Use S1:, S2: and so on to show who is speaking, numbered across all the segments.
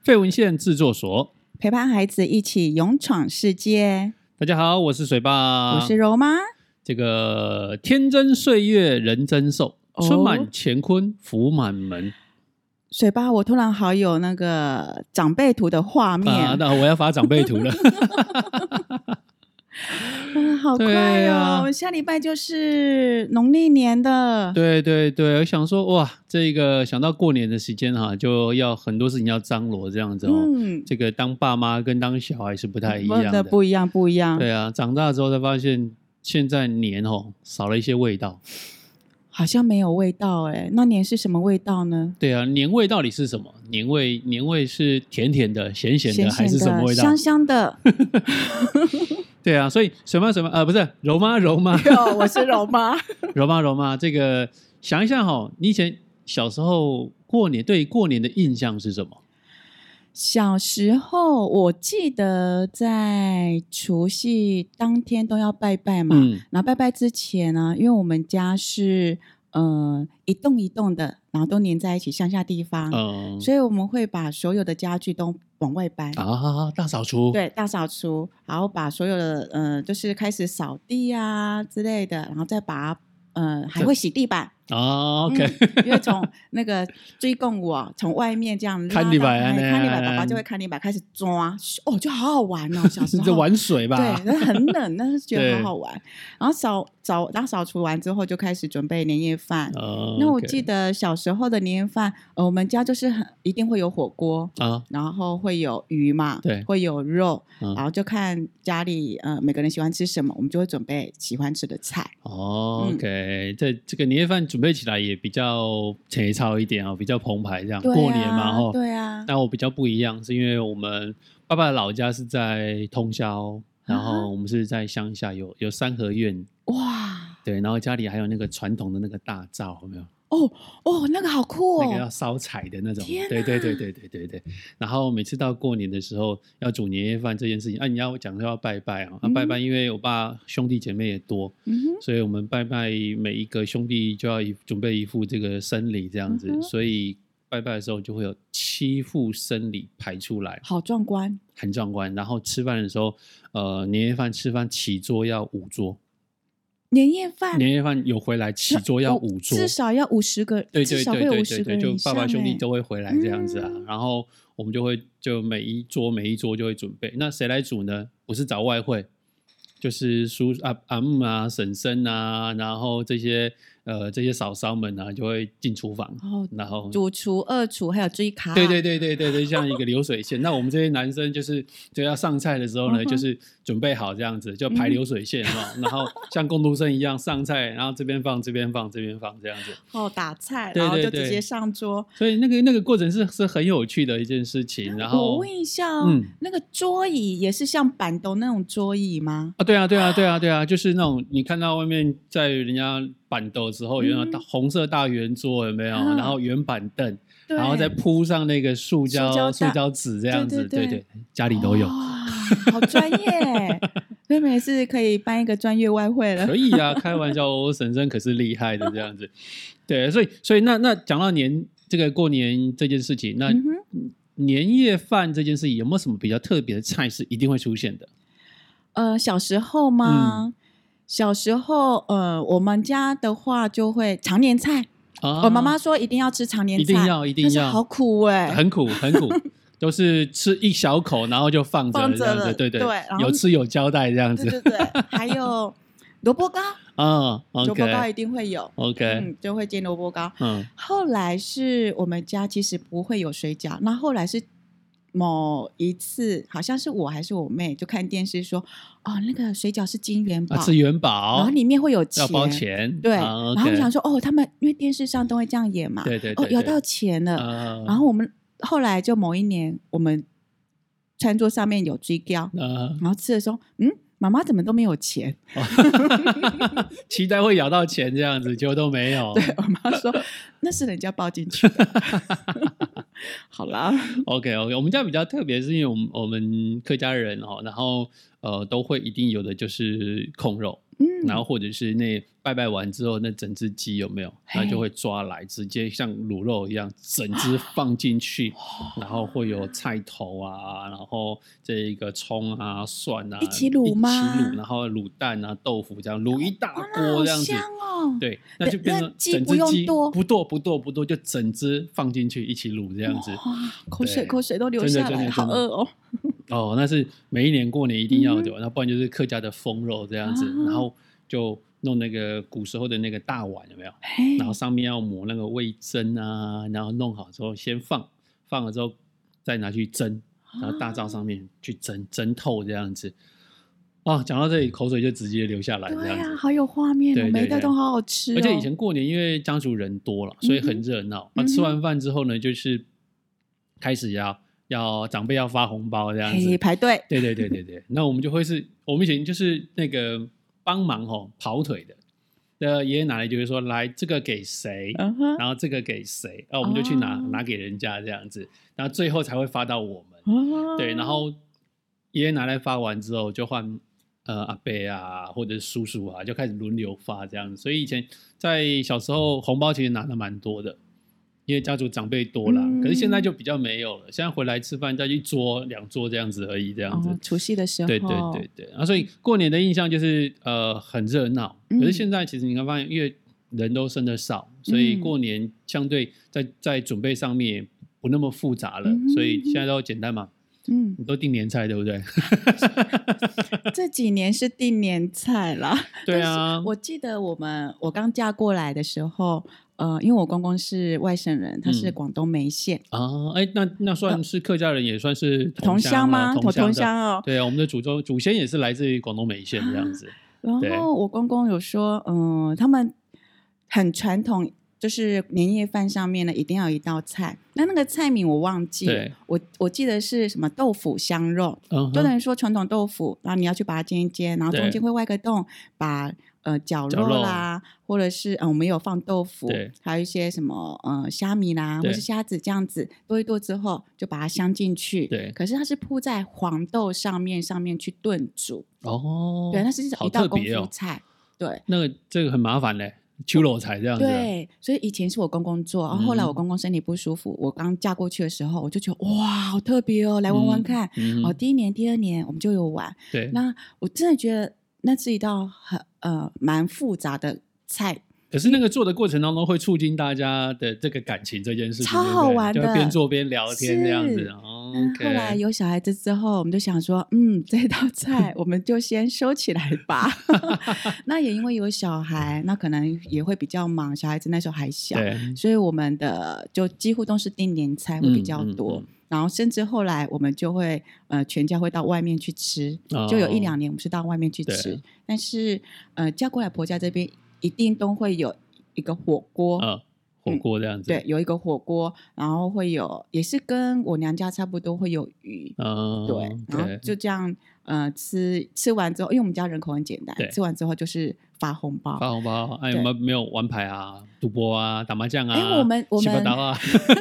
S1: 费文献制作所。
S2: 陪伴孩子一起勇闯世界。
S1: 大家好，我是水爸，
S2: 我是柔妈，
S1: 这个天真岁月人真寿，
S2: 哦
S1: 春满乾坤福满门
S2: 水爸，我突然好有那个长辈图的画面，
S1: 啊！那我要发长辈 图了，
S2: 哇好快
S1: 对
S2: 哦！
S1: 啊
S2: 下礼拜就是农历年的，
S1: 对对对，我想说哇，这个想到过年的时间哈、就要很多事情要张罗这样子哦。
S2: 嗯，
S1: 这个当爸妈跟当小孩是不太一样
S2: 不不一样，不一样，
S1: 对啊，长大之后才发现，现在年哦少了一些味道。
S2: 好像没有味道哎、那年是什么味道呢？
S1: 对啊，年味到底是什么？年味年味是甜甜的、咸咸的，
S2: 咸
S1: 还是
S2: 咸
S1: 什么
S2: 的，
S1: 味道？
S2: 香 香的。
S1: 对啊，所以什么什么呃，不是柔妈柔妈
S2: 哟，我是柔妈。
S1: 柔妈柔妈，这个想一下哈、你以前小时候过年对过年的印象是什么？
S2: 小时候，我记得在除夕当天都要拜拜嘛，
S1: 嗯
S2: 然后拜拜之前呢，因为我们家是呃一栋一栋的，然后都连在一起，乡下地方，
S1: 嗯、
S2: 所以我们会把所有的家具都往外搬。
S1: 啊，大扫除，
S2: 对，大扫除，然后把所有的呃，就是开始扫地啊之类的，然后再把呃还会洗地板，
S1: 啊，OK，、
S2: 嗯因为从那个追供我从外面这样
S1: 看地板啊
S2: 看
S1: 那
S2: 看地
S1: 样
S2: 板，爸爸就会看地板开始抓，哦，就好好玩哦， 小时
S1: 是
S2: 候
S1: 在玩水吧？
S2: 对，但是 很冷，但是觉得
S1: 对
S2: 好好玩。然后扫扫打扫除完之后，就开始准备年夜饭。
S1: 呃
S2: 那我
S1: OK
S2: 记得小时候的年夜饭，呃，我们家就是很一定会有火锅，
S1: 啊，
S2: 然后会有鱼嘛，
S1: 对
S2: 会有肉，
S1: 嗯
S2: 然后就看家里呃每个人喜欢吃什么，我们就会准备喜欢吃的菜。
S1: 哦
S2: 嗯
S1: OK，这这个年夜饭准备起来也比较前操一点啊、哦，比较澎湃这样。
S2: 对啊
S1: 过年嘛，哈、
S2: 对啊，
S1: 那我比较不一样，是因为我们爸爸的老家是在通宵，然
S2: 啊
S1: 后我们是在乡下有有三合院，
S2: 哇，
S1: 对，然后家里还有那个传统的那个大灶，有没有？
S2: 哦哦，那个好酷
S1: 那个要
S2: 哦，
S1: 烧柴的那种，
S2: 天
S1: 对对
S2: 哪
S1: 对对对对对。然后每次到过年的时候要煮年夜饭这件事情，啊，你要讲说要拜拜啊，啊拜拜，因为我爸兄弟姐妹也多，
S2: 嗯哼，
S1: 所以我们拜拜每一个兄弟就要一准备一副这个生礼这样子，
S2: 嗯哼
S1: 所以拜拜的时候就会有七副生礼排出来，
S2: 好壮观
S1: 很壮观。然后吃饭的时候，呃，年夜饭吃饭起桌要五桌，
S2: 年夜饭。哦
S1: 年夜饭有回来起桌要五桌，
S2: 至少要五十个，
S1: 对
S2: 至
S1: 对
S2: 少会
S1: 对
S2: 有
S1: 对
S2: 五十
S1: 对
S2: 个
S1: 对，
S2: 人
S1: 就
S2: 以
S1: 爸爸
S2: 上
S1: 兄弟
S2: 欸
S1: 都会回来这样子啊，
S2: 嗯
S1: 然后我们就会就每一桌每一桌就会准备。那谁来煮呢？不是找外汇，就是叔啊阿姆啊婶婶啊，然后这些呃这些嫂嫂们啊就会进厨房，
S2: 哦，
S1: 然后
S2: 主厨、二厨还有追卡，
S1: 对对对对对对，像一个流水线。那我们这些男生就是就要上菜的时候呢，
S2: 嗯哼
S1: 就是准备好这样子，就排
S2: 嗯
S1: 流水线哈，然后像工读生一样上菜，然后这边放这边放这边放这样子。
S2: 哦，打菜，
S1: 对
S2: 然后
S1: 对
S2: 就
S1: 对
S2: 直接上桌。
S1: 所以那个那个过程是是很有趣的一件事情。然
S2: 我
S1: 后
S2: 问一下哦，
S1: 嗯
S2: 那个桌椅也是像板凳那种桌椅吗？
S1: 啊，对啊，对啊，对啊，对啊，就是那种你看到外面在人家板凳的时候，有那种大
S2: 嗯
S1: 红色大圆桌有没有？
S2: 啊
S1: 然后圆板凳，
S2: 对，
S1: 然后再铺上那个塑
S2: 塑胶
S1: 胶
S2: 袋
S1: 塑胶纸这样子，
S2: 对
S1: 对
S2: 对对，哦
S1: 家里都有。
S2: 哇，好专 业，妹妹是可以办一个专业外汇了
S1: 可。以啊，开玩笑，我婶婶可是厉害的这样子。对，所以所以那那讲到年这个过年这件事情，那
S2: 嗯哼，
S1: 年夜饭这件事情有没有什么比较特别的菜是一定会出现的？
S2: 呃，小时候
S1: 嗯
S2: 吗？小时候，呃，我们家的话就会常年菜。
S1: 啊
S2: 哦我妈妈说一定要吃常年菜，
S1: 一定要一定
S2: 但是
S1: 要
S2: 好苦哎、
S1: 很苦很 苦，都是吃一小口，然后就放着
S2: 放
S1: 了
S2: 着
S1: 这样子，
S2: 了
S1: 对
S2: 对然后
S1: 有吃有交代这样
S2: 对
S1: 子，
S2: 对对，还有萝 卜糕，
S1: 嗯
S2: 萝卜糕一
S1: ，OK
S2: 定会有，
S1: OK，
S2: 嗯，就会煎萝卜糕。
S1: 嗯
S2: 后来是我们家其实不会有水饺，那后来是某一次，好像是我还是我妹就看电视说，哦，那个水饺是金元宝，
S1: 啊，吃元
S2: 然
S1: 宝
S2: 后里面会有钱，
S1: 要包钱，
S2: 对，
S1: 啊
S2: 然后我
S1: OK
S2: 想说，哦，他们因为电视上都会这样演嘛，
S1: 对对
S2: 哦
S1: 对，，
S2: 有
S1: 对
S2: 到钱了，
S1: 啊
S2: 然后我们后来就某一年，我们餐桌上面有追雕，
S1: 啊，
S2: 然后吃的时候，嗯，妈妈怎么都没有钱？
S1: 期待会咬到钱这样子，结果都没有
S2: 对我妈 说，那是人家包进去的。 好啦，
S1: ，OK OK，我们家比较特别，是因为我们我们客家人哦，然后呃都会一定有的就是控肉，
S2: 嗯，
S1: 然后或者是那拜拜完之后，那整只鸡有没有？
S2: 嘿
S1: 它
S2: 啊
S1: 就会抓来，直接像卤肉一样，整只放进去，然后会有菜头啊，然后这一个葱啊、蒜啊，
S2: 一起卤吗
S1: 一起卤，然后卤蛋啊、豆腐这样卤一大
S2: 哇，那
S1: 锅
S2: 好
S1: 这样子。
S2: 香哦！
S1: 对，那就变
S2: 那
S1: 成
S2: 鸡
S1: 整
S2: 不
S1: 只
S2: 用
S1: 鸡
S2: 剁
S1: 不剁不剁不剁，就整只放进去一起卤这样子。
S2: 哇，口水
S1: 对
S2: 口水都流
S1: 真的
S2: 下
S1: 真
S2: 来，
S1: 的
S2: 好
S1: 真的
S2: 饿哦！
S1: 哦，那是每一年过年一定要
S2: 嗯
S1: 有，那、不然就是客家的风肉这样子，
S2: 啊
S1: 然后就弄那个古时候的那个大碗有没有？
S2: 嘿
S1: 然后上面要抹那个味增啊，然后弄好之后先放，放了之后再拿去蒸，然后大灶
S2: 啊
S1: 上面去蒸，蒸透这样子。哦，讲到这里口水就直接流下来这
S2: 嗯对
S1: 样
S2: 呀，
S1: 子。
S2: 好有画面
S1: 对
S2: 哦，
S1: 对
S2: 每一道
S1: 对
S2: 都好好吃哦。嗯
S1: 而且以前过年因为家族人多了，所以很热闹。那、吃完饭之后呢，就是开始要要长辈要发红包这样子
S2: 嘿，排队，
S1: 对对对对对，那我们就会是我们以前就是那个帮忙哦跑腿的，那爷爷奶奶就会说来这个给谁，
S2: 嗯哼，
S1: 然后这个给谁，啊然后我们就去拿、拿给人家这样子，然后最后才会发到我们。
S2: 啊
S1: 对，然后爷爷奶奶发完之后，就换呃阿伯啊，或者是叔叔啊，就开始轮流发这样子。所以以前在小时候，红包其实拿的蛮多的，因为家族长辈多啦。
S2: 嗯
S1: 可是现在就比较没有了，现在回来吃饭再一桌两桌这样子而已，这样子。
S2: 哦，除夕的时候，
S1: 对对对对，啊，所以过年的印象就是呃很热闹，可是
S2: 嗯
S1: 现在其实你看发现，因为人都生的少，所以
S2: 嗯
S1: 过年相对在在准备上面也不那么复杂了，所以现在都简单嘛，
S2: 嗯，
S1: 你都订年菜对不对？
S2: 这几年是订年菜啦。
S1: 对啊，
S2: 我记得我们我刚嫁过来的时候，呃，因为我公公是外省人，他是
S1: 嗯
S2: 广东梅县、
S1: 啊，哎，那那算是客家人，也算是
S2: 呃同乡
S1: 吗？
S2: 吗？同
S1: 乡
S2: 同
S1: 的。
S2: 乡哦。
S1: 对啊，我们的祖宗祖先也是来自于广东梅县这样子。对
S2: 然后我公公有说，嗯、他们很传统，就是年夜饭上面呢一定要有一道菜，那那个菜名我忘记了
S1: 对，
S2: 我我记得是什么豆腐香肉，
S1: 嗯
S2: 就
S1: 哼，
S2: 等于说传统豆腐，然后你要去把它煎一煎，然后中
S1: 对
S2: 间会挖个洞，把呃绞
S1: 绞
S2: 肉
S1: 肉
S2: 啦，或者是嗯、呃我们有放豆腐
S1: 对，
S2: 还有一些什么呃虾米啦，
S1: 对
S2: 或是虾子这样子剁一剁之后，就把它镶进去。
S1: 对
S2: 可是它是铺在黄豆上面，上面去炖煮。
S1: 哦，
S2: 对，那是一
S1: 好
S2: 道
S1: 特
S2: 功
S1: 别
S2: 夫
S1: 哦。
S2: 菜。对
S1: 那个这个很麻烦嘞，秋老菜这样子。啊
S2: 对，所以以前是我公公做，然后后来我
S1: 嗯
S2: 公公身体不舒服，我刚嫁过去的时候，我就觉得哇，好特别哦，来玩玩
S1: 嗯
S2: 看。
S1: 嗯
S2: 哦，
S1: 哼，
S2: 第一年、第二年我们就有玩，
S1: 对，
S2: 那我真的觉得那是一道很呃蛮复杂的菜，
S1: 可是那个做的过程当中，会促进大家的这个感情这件事情，
S2: 超
S1: 对不
S2: 好
S1: 对
S2: 玩
S1: 就会
S2: 的
S1: 边做边聊天这样
S2: 是
S1: 子。哦
S2: 嗯后来
S1: OK，
S2: 有小孩子之后，我们就想说，嗯，这道菜我们就先收起来 吧。那也因为有小孩，那可能也会比较忙，小孩子那时候还小，
S1: 对，
S2: 所以我们的就几乎都是订年菜会比较
S1: 嗯嗯
S2: 多。
S1: 嗯
S2: 然后甚至后来我们就会呃全家会到外面去吃，
S1: 哦
S2: 就有一两年我们是到外面去
S1: 对
S2: 吃，但是呃嫁过来婆家这边一定都会有一个火锅。
S1: 呃，火
S2: 嗯
S1: 锅这样子。
S2: 对，，有一个火锅，然后会有，也是跟我娘家差不多，会有鱼，
S1: 嗯，
S2: 对，然后
S1: 对，
S2: 就这样，呃，吃吃完之后，因为我们家人口很简单
S1: 对，
S2: 吃完之后就是发红包。
S1: 发红包，哎，
S2: 对
S1: 有没有没有玩牌啊、赌博啊、打麻将啊？
S2: 哎我们我
S1: 洗
S2: 们
S1: 把刀啊，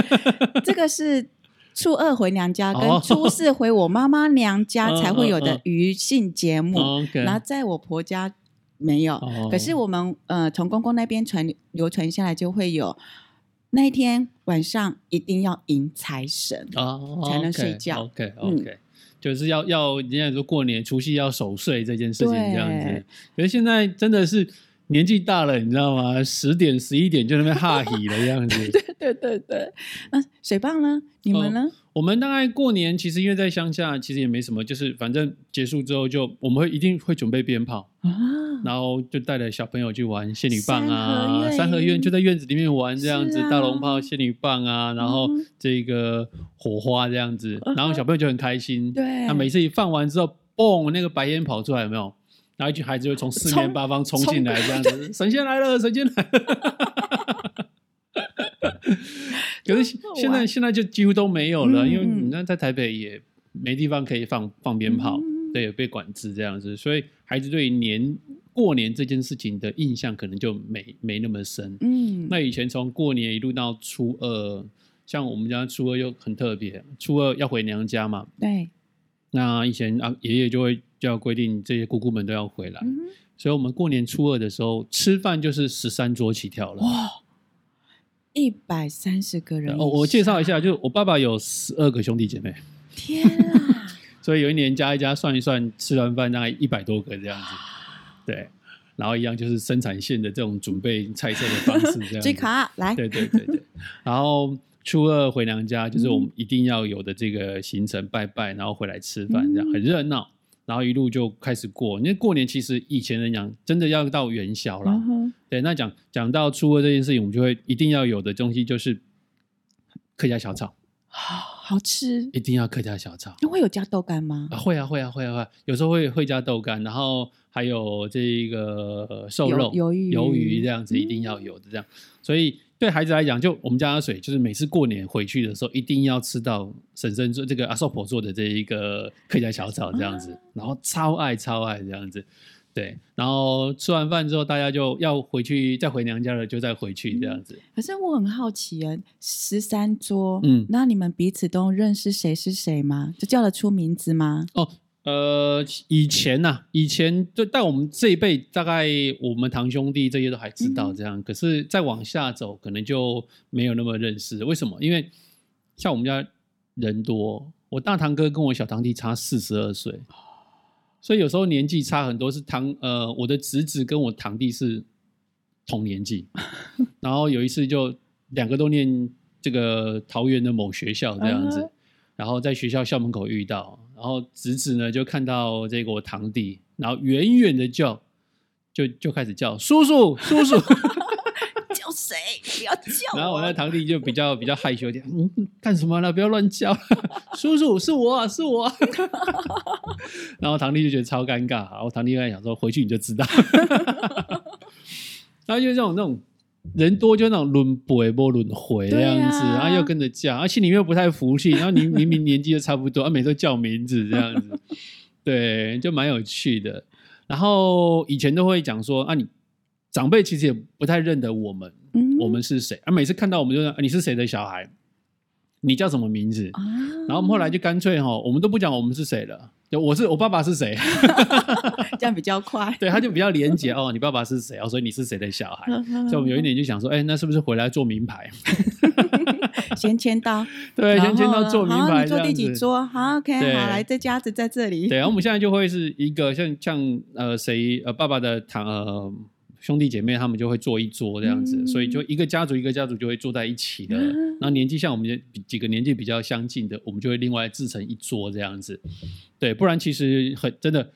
S2: 这个是初二回娘家，跟
S1: 哦
S2: 初四回我妈妈娘家
S1: 嗯
S2: 才会有
S1: 嗯
S2: 的
S1: 嗯
S2: 娱性节目，
S1: OK，
S2: 然后在我婆家没有。
S1: 哦
S2: 可是我们呃，从公公那边传流传下来，就会有那一天晚上一定要迎财神。
S1: 哦
S2: 才能睡觉
S1: OK OK，就是要要人家说过年除夕要守岁这件事情
S2: 对
S1: 这样子，可是现在真的是。年纪大了，你知道吗？十点、十一点就在那边哈hi 了，这样子。
S2: 对对对，那水棒呢？你们呢？
S1: 我们大概过年，其实因为在乡下，其实也没什么，就是反正结束之后就我们会一定会准备鞭炮，
S2: 啊，
S1: 然后就带着小朋友去玩仙女棒啊，
S2: 三合院
S1: 三合院就在院子里面玩这样子，
S2: 是啊
S1: 大龙炮、仙女棒啊，然后
S2: 嗯
S1: 这个火花这样子，
S2: 嗯哼
S1: 然后小朋友就很开心。
S2: 对
S1: 他每次一放完之后，嘣，那个白烟跑出来，有没有？然后一群孩子就从四面八方冲进来，这样子，神仙来了，神仙来了。 可是现在现在就几乎都没有了，
S2: 嗯
S1: 因为
S2: 嗯
S1: 你看在台北也没地方可以放放鞭炮，
S2: 嗯
S1: 对，有被管制这样子，所以孩子对于年过年这件事情的印象可能就没没那么深。
S2: 嗯，
S1: 那以前从过年一路到初二，像我们家初二又很特别，初二要回娘家嘛，
S2: 对，
S1: 那以前啊，爷爷就会就要规定这些姑姑们都要回来，
S2: 嗯
S1: 所以我们过年初二的时候吃饭就是十三桌起跳了。
S2: 哇，一百三十个人以上，
S1: 哦，我介绍一下，就是我爸爸有十二个兄弟姐妹，
S2: 天啊！
S1: 所以有一年加一加算一算，吃完饭大概一百多个这样子，对，然后一样就是生产线的这种准备菜色的方式 这样子。
S2: 追卡 来，
S1: 对对对 对，然后初二回娘家就是我
S2: 嗯
S1: 们一定要有的这个行程，拜拜，然后回来吃
S2: 嗯
S1: 饭，这样很热闹。然后一路就开始过，因为过年其实以前人讲真的要到元宵啦，
S2: 嗯哼
S1: 对，那讲讲到初二这件事情，我们就会一定要有的东西就是客家小炒，
S2: 好好吃。
S1: 一定要客家小炒。
S2: 那会有加豆干吗
S1: 啊，？会啊，会啊，会啊，会啊，有时候会会加豆干，然后还有这一个呃瘦
S2: 鱿
S1: 肉、
S2: 鱿鱼嗯
S1: 鱿鱼这样子一定要有的这样。所以对孩子来讲，就我们家阿水，就是每次过年回去的时候，一定要吃到婶婶做这个阿寿婆做的这一个客家小炒这样
S2: 啊
S1: 子， 然后超爱超爱这样子。对，然后吃完饭之后，大家就要回去，再回娘家了，就再回去这样子。
S2: 可是我很好奇啊，十三桌，
S1: 嗯
S2: 那你们彼此都认识谁是谁吗？就叫得出名字吗？
S1: 呃，以前呐、以前就但我们这一辈，大概我们堂兄弟这些都还知道这样，可是再往下走，可能就没有那么认识。为什么？因为像我们家人多，我大堂哥跟我小堂弟差四十二岁，所以有时候年纪差很多。是堂呃，我的侄子跟我堂弟是同年纪，然后有一次就两个都念这个桃园的某学校这样子
S2: 嗯哼
S1: 然后在学校校门口遇到，然后侄子呢就看到这个我堂弟，然后远远的叫，就就开始叫叔叔叔叔，
S2: 叫谁？不要 叫
S1: 然后我那堂弟就比较比较害羞一点，嗯，干什么呢？不要乱叫， 叔叔是我啊、是我啊、 然后堂弟就觉得超尴尬，然后堂弟在想说回去你就知道， 然后就这种那种。人多就那种轮回不轮回这样子，
S2: 对啊
S1: 然后又跟着叫，而、且你又不太服气，然后你明明年纪就差不多，啊，每次都叫名字这样子，对，就蛮有趣的。然后以前都会讲说，啊，你长辈其实也不太认得我们，
S2: 嗯
S1: 我们是谁啊？每次看到我们就说、啊你是谁的小孩，你叫什么名字？
S2: 啊，
S1: 然后我们后来就干脆哈，我们都不讲我们是谁了，就我是我爸爸是谁，
S2: 这样比较快。
S1: 对，他就比较廉洁哦，你爸爸是谁哦，所以你是谁的小孩。
S2: 嗯
S1: 所以我们有一年就想说，哎、那是不是回来做名牌？
S2: 先签到，
S1: 对，
S2: 然
S1: 先签
S2: 后
S1: 到
S2: 呢
S1: 做名
S2: 好
S1: 牌
S2: 你
S1: 这
S2: 坐
S1: 样
S2: 第几
S1: 子。
S2: 桌？好，OK，
S1: 对
S2: 好，来，这家子在这 里。
S1: 对，然后我 们现在就会是一个像像呃谁呃爸爸的堂呃兄弟姐妹他们就会坐一桌这样子，
S2: 嗯
S1: 所以就一个家族一个家族就会坐在一起 的。
S2: 啊
S1: 然后年纪像我们这几个年纪比较相近的，我们就会另外制成一桌这样子。对，不然其实很真的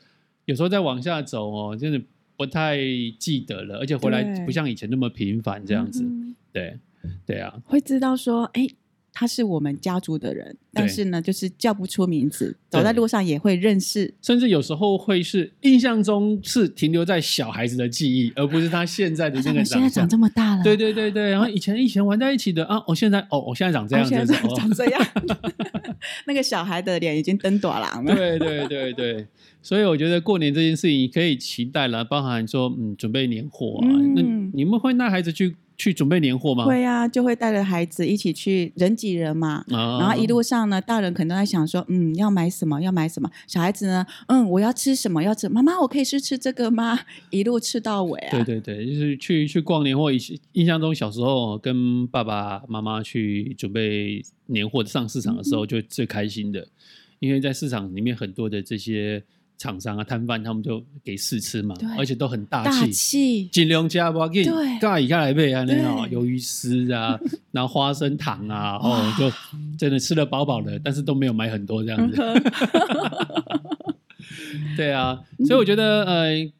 S1: 有时候再往下走哦，真的不太记得了，而且回来
S2: 对
S1: 不像以前那么频繁这样子。
S2: 嗯
S1: 对，对啊，
S2: 会知道说，哎，他是我们家族的人，但是呢，就是叫不出名字，
S1: 对
S2: 走在路上也会认识。
S1: 甚至有时候会是印象中是停留在小孩子的记忆，而不是他现在的那
S2: 他怎
S1: 个
S2: 么现在
S1: 长相
S2: 长。这么大了？
S1: 对对对对，然后以前以前玩在一起的啊，我、现在哦，我、现在长这
S2: 哦
S1: 样，
S2: 现
S1: 子
S2: 在长
S1: 哦
S2: 长这样， 那个小孩的脸已经登短廊了。
S1: 对对对对，所以我觉得过年这件事情可以期待了，包含说嗯，准备年货啊，那
S2: 嗯
S1: 你们会带孩子去去准备年货吗？
S2: 会啊，就会带着孩子一起去人挤人嘛。
S1: 啊，
S2: 然后一路上呢，大人可能在想说，嗯，要买什么，要买什么。小孩子呢，嗯，我要吃什么，要吃。妈妈，我可以是吃这个吗？ 一路吃到尾啊。
S1: 对对对，就是去去逛年货。以前印象中小时候跟爸爸妈妈去准备年货上市场的
S2: 嗯
S1: 时候，就最开心的，因为在市场里面很多的这些厂商啊、摊贩，他们就给试吃嘛
S2: 对，
S1: 而且都很大
S2: 大
S1: 气。
S2: 气。
S1: 尽量加不要紧，
S2: 对
S1: 尬以下来背啊，那种
S2: 对
S1: 鱿鱼丝 啊，然后花生糖啊，哦，就真的吃的饱饱的，但是都没有买很多这样 子。对啊，
S2: 嗯
S1: 所以我觉得呃，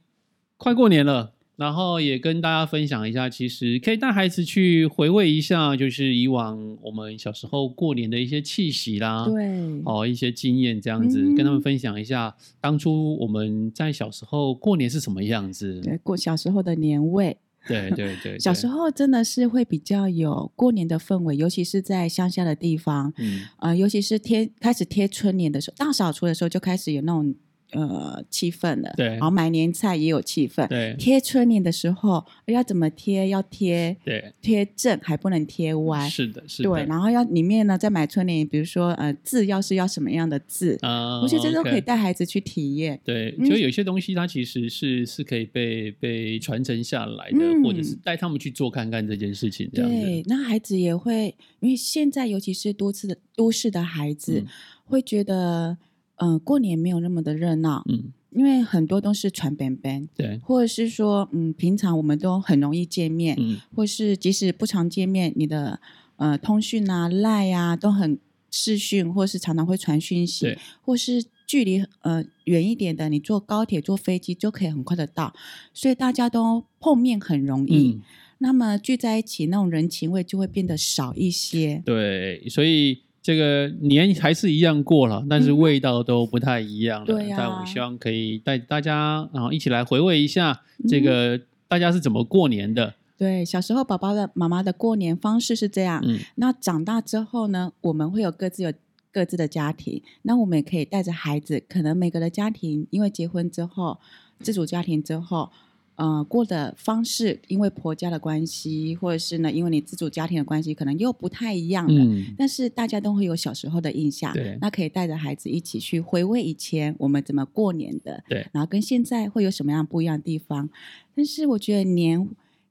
S1: 快过年了，然后也跟大家分享一下，其实可以带孩子去回味一下，就是以往我们小时候过年的一些气息啦。
S2: 对，
S1: 哦，一些经验这样子，
S2: 嗯
S1: 跟他们分享一下，当初我们在小时候过年是什么样子？
S2: 对，过小时候的年味，
S1: 对对对，
S2: 小时
S1: 候，
S2: 候真的是会比较有过年的氛围，尤其是在乡下的地方，
S1: 嗯，
S2: 呃，尤其是贴开始贴春联的时候，大扫除的时候就开始有那种。呃气氛了，
S1: 对
S2: 然后买年菜也有气氛，
S1: 对
S2: 贴春联的时候要怎么贴？要贴
S1: 对，
S2: 贴正，还不能贴歪。
S1: 是的，是的，
S2: 对，然后要里面呢再买春联，比如说呃字要是要什么样的字，
S1: 啊，
S2: 我觉得这都可以
S1: OK
S2: 带孩子去体验。
S1: 对，
S2: 嗯
S1: 就有些东西它其实是是可以被被传承下来的，
S2: 嗯
S1: 或者是带他们去做看看这件事情这样
S2: 对
S1: 子。，
S2: 那孩子也会，因为现在尤其是都市的都市的孩子，
S1: 嗯
S2: 会觉得，嗯、过年没有那么的热闹，
S1: 嗯，
S2: 因为很多都是传本本，
S1: 对，
S2: 或者是说，嗯，平常我们都很容易见面，
S1: 嗯，
S2: 或是即使不常见面，你的呃通讯啊、赖啊都很视讯，或是常常会传讯息
S1: 对，
S2: 或是距离呃远一点的，你坐高铁、坐飞机就可以很快的到，所以大家都碰面很容易。
S1: 嗯，
S2: 那么聚在一起，那种人情味就会变得少一些。
S1: 对，所以这个年还是一样过了，但是
S2: 嗯哼
S1: 味道都不太一样了。
S2: 对呀
S1: 但我希望可以带大家然后一起来回味一下
S2: 嗯
S1: 这个大家是怎么过年的。
S2: 对，小时候爸爸的妈妈的过年方式是这样。
S1: 嗯，
S2: 那长大之后呢，我们会有各自有各自的家庭，那我们也可以带着孩子，可能每个的家庭因为结婚之后，自主家庭之后。呃，过的方式，因为婆家的关系，或者是呢，因为你自主家庭的关系，可能又不太一样了。
S1: 嗯，
S2: 但是大家都会有小时候的印象
S1: 对，
S2: 那可以带着孩子一起去回味以前我们怎么过年的，
S1: 对，
S2: 然后跟现在会有什么样不一样的地方。但是我觉得年，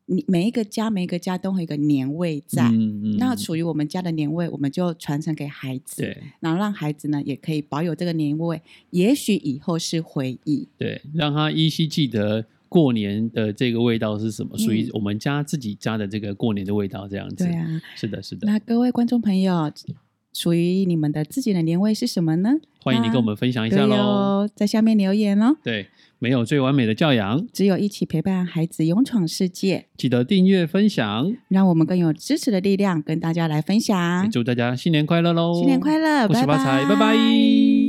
S2: 你每一个家每一个家都会有一个年味在，
S1: 嗯嗯
S2: 那
S1: 嗯
S2: 属于我们家的年味，我们就传承给孩子，
S1: 对。
S2: 然后让孩子呢也可以保有这个年味，也许以后是回忆。
S1: 对，让他依稀记得过年的这个味道是什么，属于
S2: 嗯
S1: 我们家自己家的这个过年的味道，这样子。
S2: 对啊，
S1: 是的，是的。
S2: 那各位观众朋友，属于你们的自己的年味是什么呢？
S1: 欢迎你
S2: 那
S1: 跟我们分享一
S2: 对
S1: 下喽。
S2: 哦，在下面留言哦。
S1: 对，没有最完美的教养，
S2: 只有一起陪伴孩子勇闯世界，
S1: 记得订阅分享。
S2: 让我们更有支持的力量，跟大家来分
S1: 也
S2: 享。
S1: 祝大家新年快乐喽！
S2: 啊新年快乐，
S1: 恭喜发
S2: 拜拜，
S1: 财，拜拜